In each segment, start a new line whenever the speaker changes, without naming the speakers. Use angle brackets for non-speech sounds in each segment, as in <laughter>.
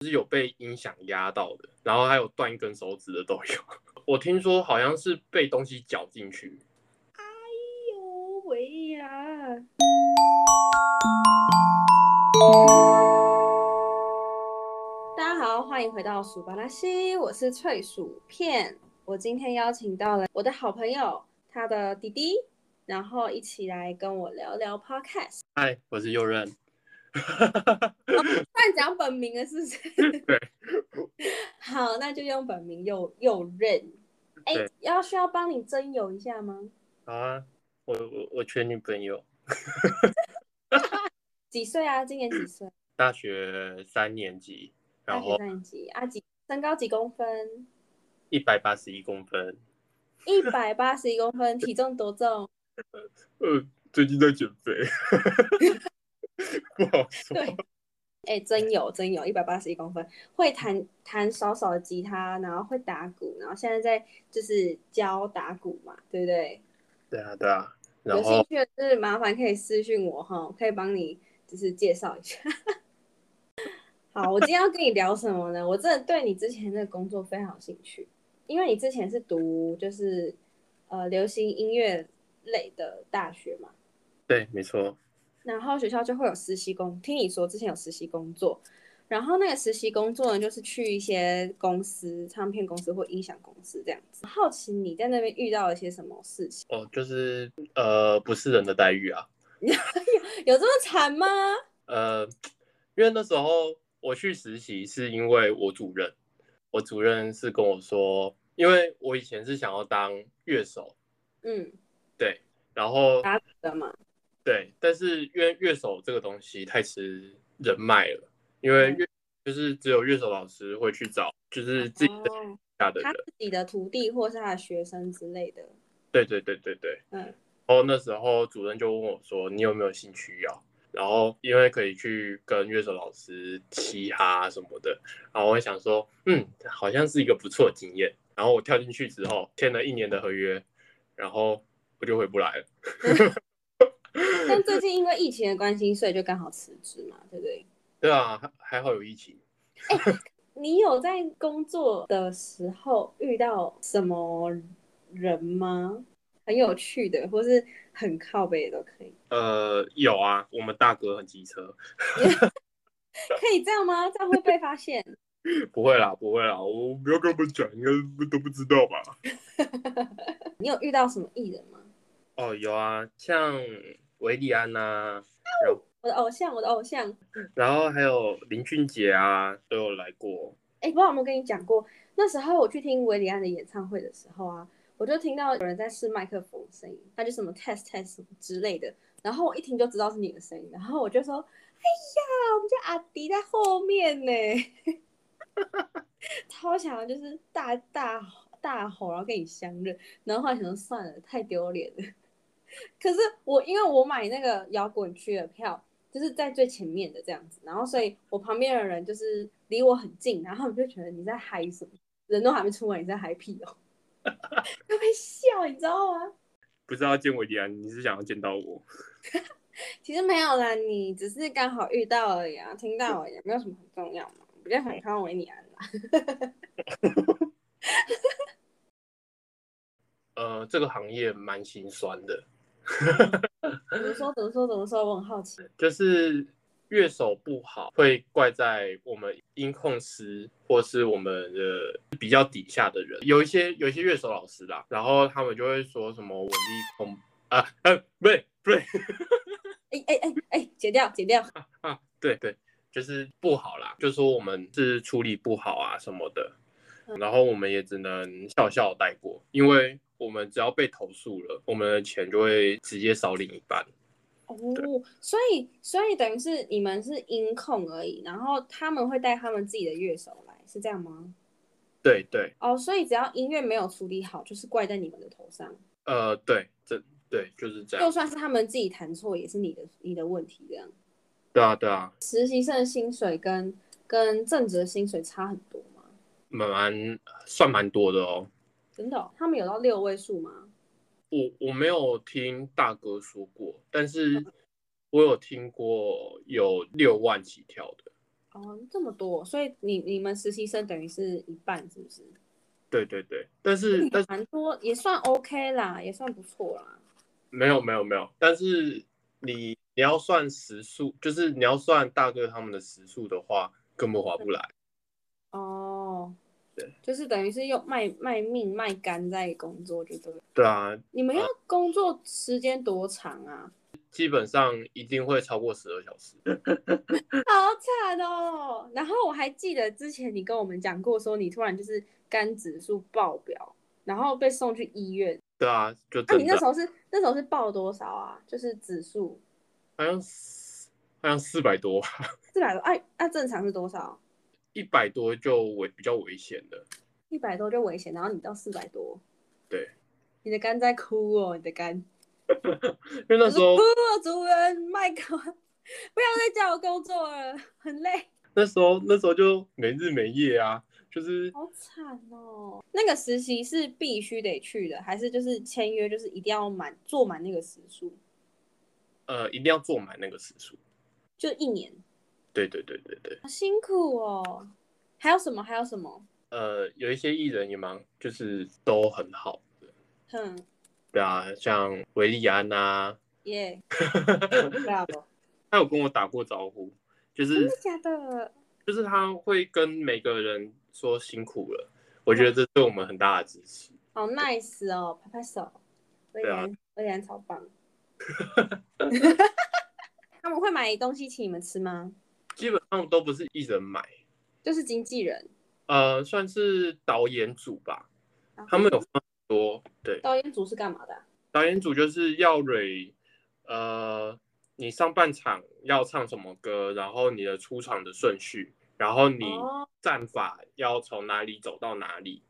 是有被音响压到的，然后还有断一根手指的都有。 <laughs> 我听说好像是被东西绞进去，
呦喂呀！大家好，欢迎回到鼠巴拉西，我是脆薯片。我今天邀请到了我的好朋友，他的弟弟，然后一起来跟我聊聊 podcast。
嗨，我是右任。
但讲本名了是不是？
对。
好，那就用本名又又认。哎
对，
要需要帮你征友一下吗？
好啊，我我我缺女朋友。
几岁啊？今年几岁？
大学三年级，
大
然
学
后
三年级啊？几身高几公分？
一百八十一公分。
一百八十一公分，体重多重？
呃，最近在减肥， <laughs> 不好说。
对，哎、真有真有，一百八十一公分，会弹弹少少的吉他，然后会打鼓，然后现在在就是教打鼓嘛，对不对？
对啊，对啊。然
有兴
后
趣的就是麻烦可以私讯我哈，可以帮你就是介绍一下。 <laughs> 好，我今天要跟你聊什么呢？我真的对你之前的工作非常有兴趣，因为你之前是读就是呃流行音乐类的大学嘛，
对，没错，
然后学校就会有实习工，听你说之前有实习工作，然后那个实习工作呢，就是去一些公司、唱片公司或音响公司这样子。好奇你在那边遇到了些什么事情？ <laughs>
哦，就是呃，不是人的待遇啊。
有这么惨吗？
呃，因为那时候我去实习，是因为我主任，我主任是跟我说，因为我以前是想要当乐手，
嗯，
对，然后
打鼓的嘛，
对，但是因为乐手这个东西太吃人脉了，因为
嗯
乐就是只有乐手老师会去找，就是自己的
哦
下的人
他，自己的徒弟或是他的学生之类的。
对对对对对。
嗯，
然后那时候主任就问我说：“你有没有兴趣要？”然后因为可以去跟乐手老师嘻哈什么的，然后我想说，嗯，好像是一个不错的经验。然后我跳进去之后，签了一年的合约，然后我就回不来了。
但最近因为疫情的关系，所以就刚好辞职嘛，对不对？
对啊，还还好有疫情。
你有在工作的时候遇到什么人吗？很有趣的，或是很靠北的都可以。
呃，有啊，我们大哥很机车， <laughs>
可以这样吗？这样会被发现。 <laughs>
不会啦，不会啦，我不要跟他们讲，应该不都不知道吧？
你有遇到什么艺人吗？
哦，有啊，像维里安啊呐、
我的偶像，我的偶像。
然后还有林俊杰啊，都有来过。
哎、不知道有没有跟你讲过，那时候我去听维里安的演唱会的时候啊，我就听到有人在试麦克风声音，他就什么 test test 什么之类的，然后我一听就知道是你的声音，然后我就说，哎呀，我们家阿迪在后面呢， <laughs> 超想要就是大大大吼，然后跟你相认，然后后来想说算了，太丢脸了。可是我因为我买那个摇滚区的票，就是在最前面的这样子，然后所以我旁边的人就是离我很近，然后他们就觉得你在嗨什么，人都还没出门，你在嗨屁哦， <laughs> 他被笑，你知道吗？
不知道见维里安，你是想要见到我？
其实没有啦，你只是刚好遇到而已啊，听到而已，没有什么很重要嘛，比较想看维尼安啊啦。
呃，这个行业蛮心酸的，
怎么说？怎么说？怎么说？我很好奇。
就是乐手不好会怪在我们音控师或是我们的比较底下的人，有一些有一些乐手老师啦，然后他们就会说什么文力空啊，呃，不对不对，
哎哎哎哎，剪掉，剪掉。
啊，对对，就是不好啦，就说我们是处理不好啊什么的，然后我们也只能笑笑带过，因为我们只要被投诉了，我们的钱就会直接少领一半。
哦，所以所以等于是你们是音控而已，然后他们会带他们自己的乐手来，是这样吗？
对对，
哦，所以只要音乐没有处理好，就是怪在你们的头上。
呃，对，这对就是这
就
样。
算是他们自己弹错，也是你的你的问题。这样，
对啊对啊，
实习生的薪水跟跟正职的薪水差很多吗？
蛮蛮算蛮多的哦。
真的哦、他们有到六位数吗？
我我没有听大哥说过，但是我有听过有六万起跳的。
哦，这么多，所以你你们实习生等于是一半，是不是？
对对对，但是但是
蛮多，也算 OK 啦，也算不错啦。
没有没有没有，但是你你要算时数，就是你要算大哥他们的时数的话，根本划不来。
哦，
对，
就是等于是用卖卖命卖肝在工作，就对了。
对啊，
你们要工作时间多长啊？
基本上一定会超过十二小时。
好惨哦！然后我还记得之前你跟我们讲过，说你突然就是肝指数爆表，然后被送去医院。
对啊，就
那、你
真
那
的
时候是那时候是报多少啊？就是指数
好像四好像四百多吧，
四百多，哎、那、正常是多少？
一百多就危比较危险的。
一百多就危险，然后你到四百多，
对，
你的肝在哭哦，你的肝。
因为那时候
就是哭哦，主人，麦克，不要再叫我工作了，很累，
那时候那时候就没日没夜啊，就是
好惨哦。那个实习是必须得去的，还是就是签约，就是一定要满做满那个时数，
呃一定要做满那个时数。
就一年，
对对对对对，
好辛苦哦。还有什么？还有什么？
呃，有一些艺人也蛮就是都很好的，
哼，
对啊，像维利安啊，
<laughs> 耶、yeah,，Bravo，
他有跟我打过招呼，就
真
是
的假的？
就是他会跟每个人说辛苦了，我觉得这对我们很大的支持。
好 nice 哦，拍拍手，威
对啊
廉，威廉超 <laughs> 棒。他们会买东西请你们吃吗？
基本上都不是一人买，
就是经纪人，
呃，算是导演组吧，
然后
他们有分很多，对，
导演组是干嘛的啊、
导演组就是要蕊，呃，你上半场要唱什么歌，然后你的出场的顺序，然后你
哦
战法要从哪里走到哪里。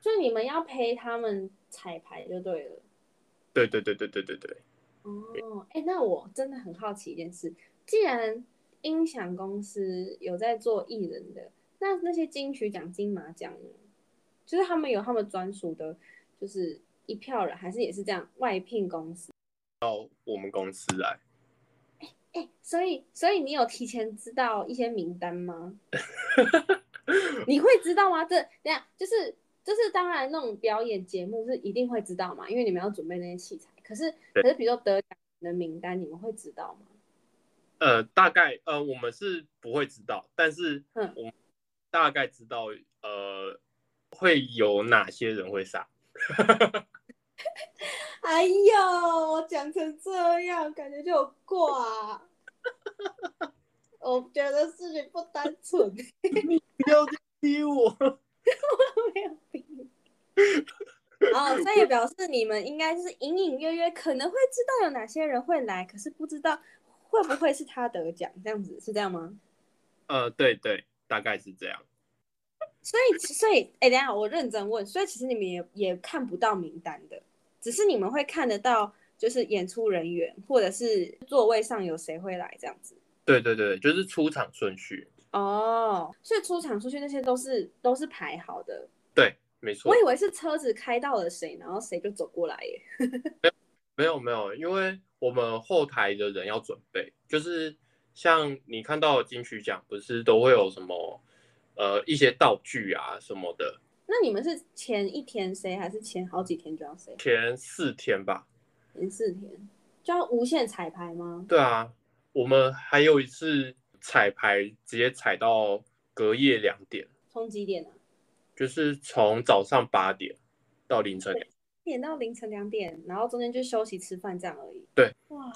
就你们要陪他们彩排就对了。
对对对对对对对，
哦，哎、那我真的很好奇一件事，既然音响公司有在做艺人的，那那些金曲奖、金马奖呢？就是他们有他们专属的，就是一票人，还是也是这样外聘公司？
到我们公司来，
哎、所以所以你有提前知道一些名单吗？你会知道吗？这这样就是就是当然那种表演节目是一定会知道嘛，因为你们要准备那些器材。可是
对
可是比如说得奖的名单，你们会知道吗？
呃，大概呃，我们是不会知道，但是
嗯
我们大概知道，呃，会有哪些人会上。
哎呦，讲成这样，感觉就有挂。 <laughs> 我觉得事情不单纯， <laughs>
不要逼我，
没有比你。哦，所以表示你们应该就是隐隐约约可能会知道有哪些人会来，可是不知道会不会是他得奖，这样子是这样吗？
<laughs> 呃，对对，大概是这样。
所以，所以，哎、等一下我认真问，所以其实你们也也看不到名单的，只是你们会看得到，就是演出人员或者是座位上有谁会来这样子。
对对对，就是出场顺序。
哦，所以出场出去那些都是都是排好的，
对，没错
我。以为是车子开到了谁，然后谁就走过来耶。
没有没有，因为我们后台的人要准备，就是像你看到的金曲奖，不是都会有什么呃一些道具啊什么的，
那你们是前一天谁，还是前好几天就要谁？
前四天吧。
前四天就要无限彩排吗？
对啊，我们还有一次彩排，直接彩到隔夜两点，
从几点啊？
就是从早上八点到凌晨两。
一点到凌晨两点，然后中间就休息吃饭这样而已。
对，
哇，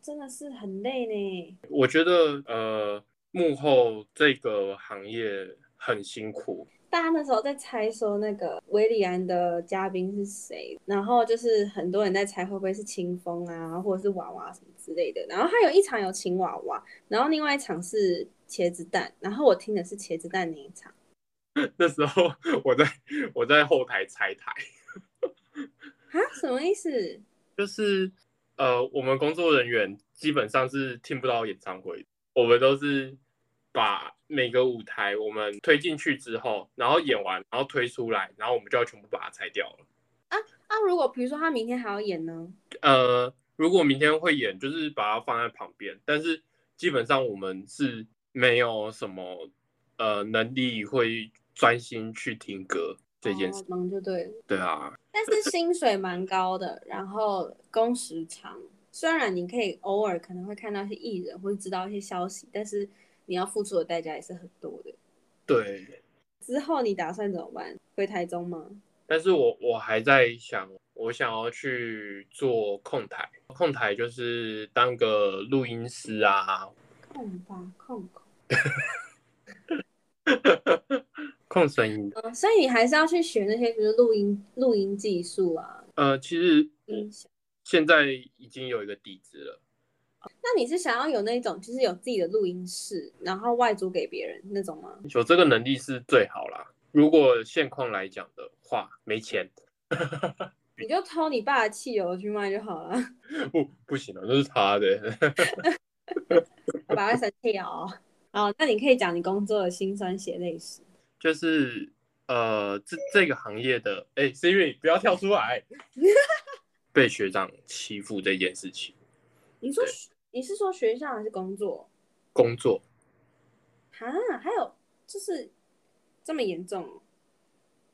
真的是很累呢。
我觉得呃幕后这个行业很辛苦， <laughs>
大家那时候在猜说那个维里安的嘉宾是谁，然后就是很多人在猜会不会是清风啊，或者是娃娃什么之类的。然后还有一场有青娃娃，然后另外一场是茄子蛋，然后我听的是茄子蛋那一场。
那时候我在我在后台拆台。
啊，什么意思？
就是呃，我们工作人员基本上是听不到演唱会的，我们都是把每个舞台我们推进去之后，然后演完，然后推出来，然后我们就要全部把它拆掉了。
那、啊如果比如说他明天还要演呢？
呃，如果明天会演，就是把它放在旁边，但是基本上我们是没有什么呃能力会专心去听歌这件事。
哦忙就对了。
对啊，
但是薪水蛮高的，然后工时长。虽然你可以偶尔可能会看到一些艺人或者知道一些消息，但是你要付出的代价也是很多的。
对，
之后你打算怎么办？回台中吗？
但是我我还在想，我想要去做控台，控台就是当个录音师啊，
空吧，空空。
控声音。
嗯，所以你还是要去学那些，比如录音、录音技术啊，
呃，其实
音响。
现在已经有一个底子了。
那你是想要有那种，就是有自己的录音室，然后外租给别人那种吗？
有这个能力是最好啦。如果现况来讲的话，没钱
你就偷你爸的汽油去卖就好了，
不 <laughs> 不行了，这是他的。 <laughs>
我把它删掉、哦。好，那你可以讲你工作的辛酸血泪史。
就是呃，这这个行业的，哎，Siri 不要跳出来， <laughs> 被学长欺负这件事情，
你说
对
学你是说学校还是工作？
工作
哈，还有就是这么严重哦？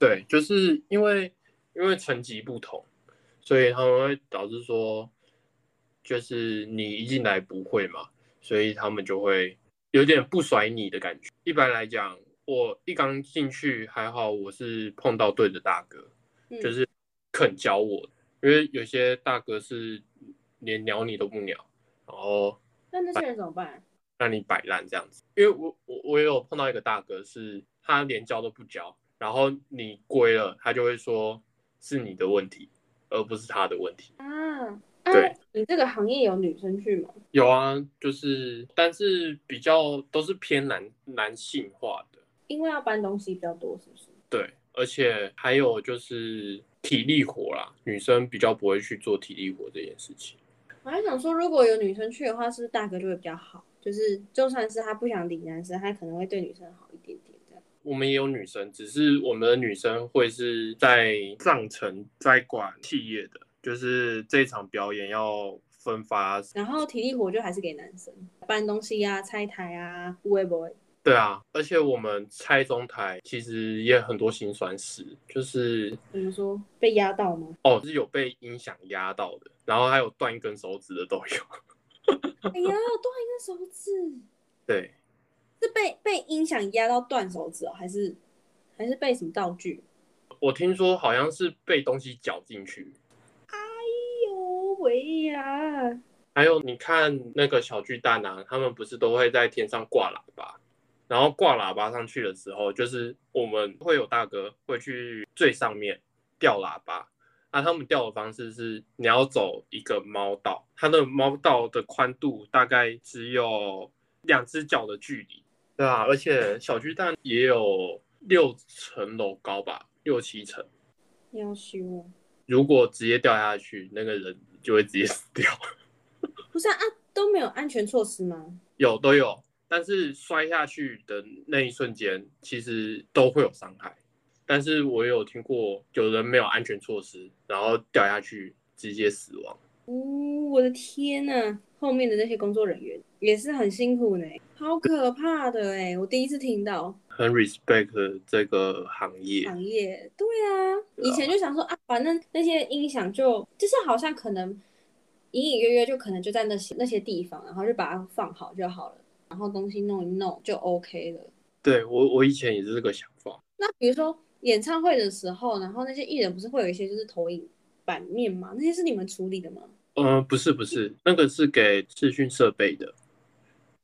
对，就是因为因为层级不同，所以他们会导致说，就是你一进来不会嘛，所以他们就会有点不甩你的感觉。一般来讲，我一刚进去还好，我是碰到对的大哥，
嗯，
就是肯教我，因为有些大哥是连鸟你都不鸟，然后
那那些人怎么办？
让你摆烂这样子。因为我我我也有碰到一个大哥，是他连教都不教，然后你归了，他就会说是你的问题，而不是他的问题。
啊，
对
啊，你这个行业有女生去吗？
有啊，就是但是比较都是偏男男性化的，
因为要搬东西比较多，是不是？
对，而且还有就是体力活啦，女生比较不会去做体力活这件事情。
我还想说，如果有女生去的话，是不是大哥就会比较好？就是就算是他不想理男生，他可能会对女生好一点点这样。
我们也有女生，只是我们的女生会是在上层在管企业的，就是这场表演要分发。
然后体力活就还是给男生搬东西啊、拆台啊、喂不喂？
对啊，而且我们拆中台其实也很多辛酸史，就是
怎么说被压到吗？
哦是有被音响压到的，然后还有断一根手指的都有。 <laughs>
哎呀，断一根手指，
对，
<laughs> 是被被音响压到断手指哦，还是还是被什么道具？
我听说好像是被东西绞进去。
哎呦喂呀、
还有你看那个小巨蛋啊，他们不是都会在天上挂喇叭，然后挂喇叭上去的时候，就是我们会有大哥会去最上面吊喇叭。那、他们吊的方式是，你要走一个猫道，它的猫道的宽度大概只有两只脚的距离，对啊，而且小巨蛋也有六层楼高吧，六七层，
要修哦。
如果直接掉下去，那个人就会直接死掉。
不是啊，啊都没有安全措施吗？
有都有，但是摔下去的那一瞬间，其实都会有伤害。但是我有听过有人没有安全措施，然后掉下去直接死亡。
呜、哦我的天呐、后面的那些工作人员也是很辛苦呢，好可怕的哎！我第一次听到
很 respect 这个行业，
行业，对啊，以前就想说啊，反正那些音响就就是好像可能隐隐约约就可能就在那些那些地方，然后就把它放好就好了，然后东西弄一弄就 OK 了。
对我我以前也是这个想法。
那比如说演唱会的时候，然后那些艺人不是会有一些就是投影版面嘛？那些是你们处理的吗？
呃，不是不是，那个是给视讯设备的。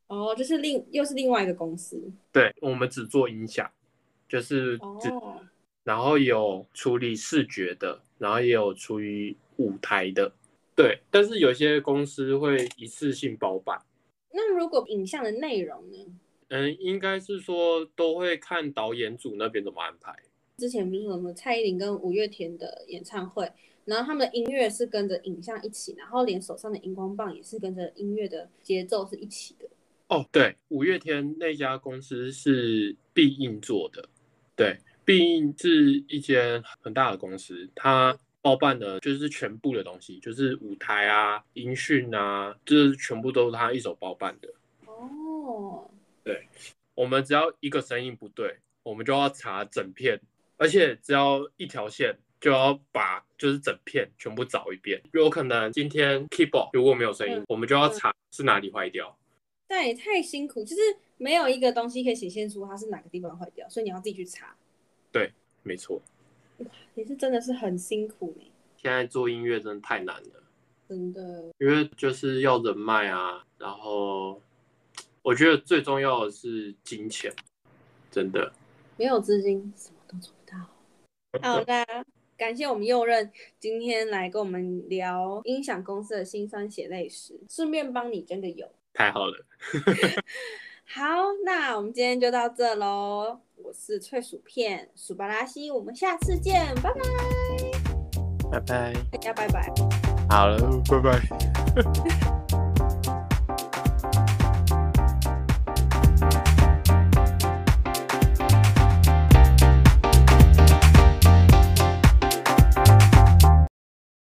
哦，就是另又是另外一个公司
对，我们只做音响，就是只，
哦。
然后有处理视觉的，然后也有处理舞台的。对，但是有些公司会一次性包办。
那如果影像的内容呢？
嗯，应该是说都会看导演组那边怎么安排。
之前不是有什么蔡依林跟五月天的演唱会，然后他们的音乐是跟着影像一起，然后连手上的荧光棒也是跟着音乐的节奏是一起的。
哦，对，五月天那家公司是必应做的，对，必应是一间很大的公司，它包办的就是全部的东西，就是舞台啊、音讯啊，就是全部都是他一手包办的。
哦，
我们只要一个声音不对，我们就要查整片，而且只要一条线就要把就是整片全部找一遍。有可能今天 keyboard 如果没有声音，
嗯
我们就要
嗯
查是哪里坏掉。
但也太辛苦，就是没有一个东西可以显现出它是哪个地方坏掉，所以你要自己去查，
没错，
也是真的是很辛苦呢、
现在做音乐真的太难了，
真的。
因为就是要人脉啊，然后我觉得最重要的是金钱，真的。
没有资金，什么都做不到。好啦，感谢我们右任今天来跟我们聊音响公司的辛酸血泪史，顺便帮你真的有。
太好了，
好，那我们今天就到这喽。我是脆薯片薯巴拉西，我们下次见，拜拜，
拜拜。
大家拜拜。
好了，拜拜。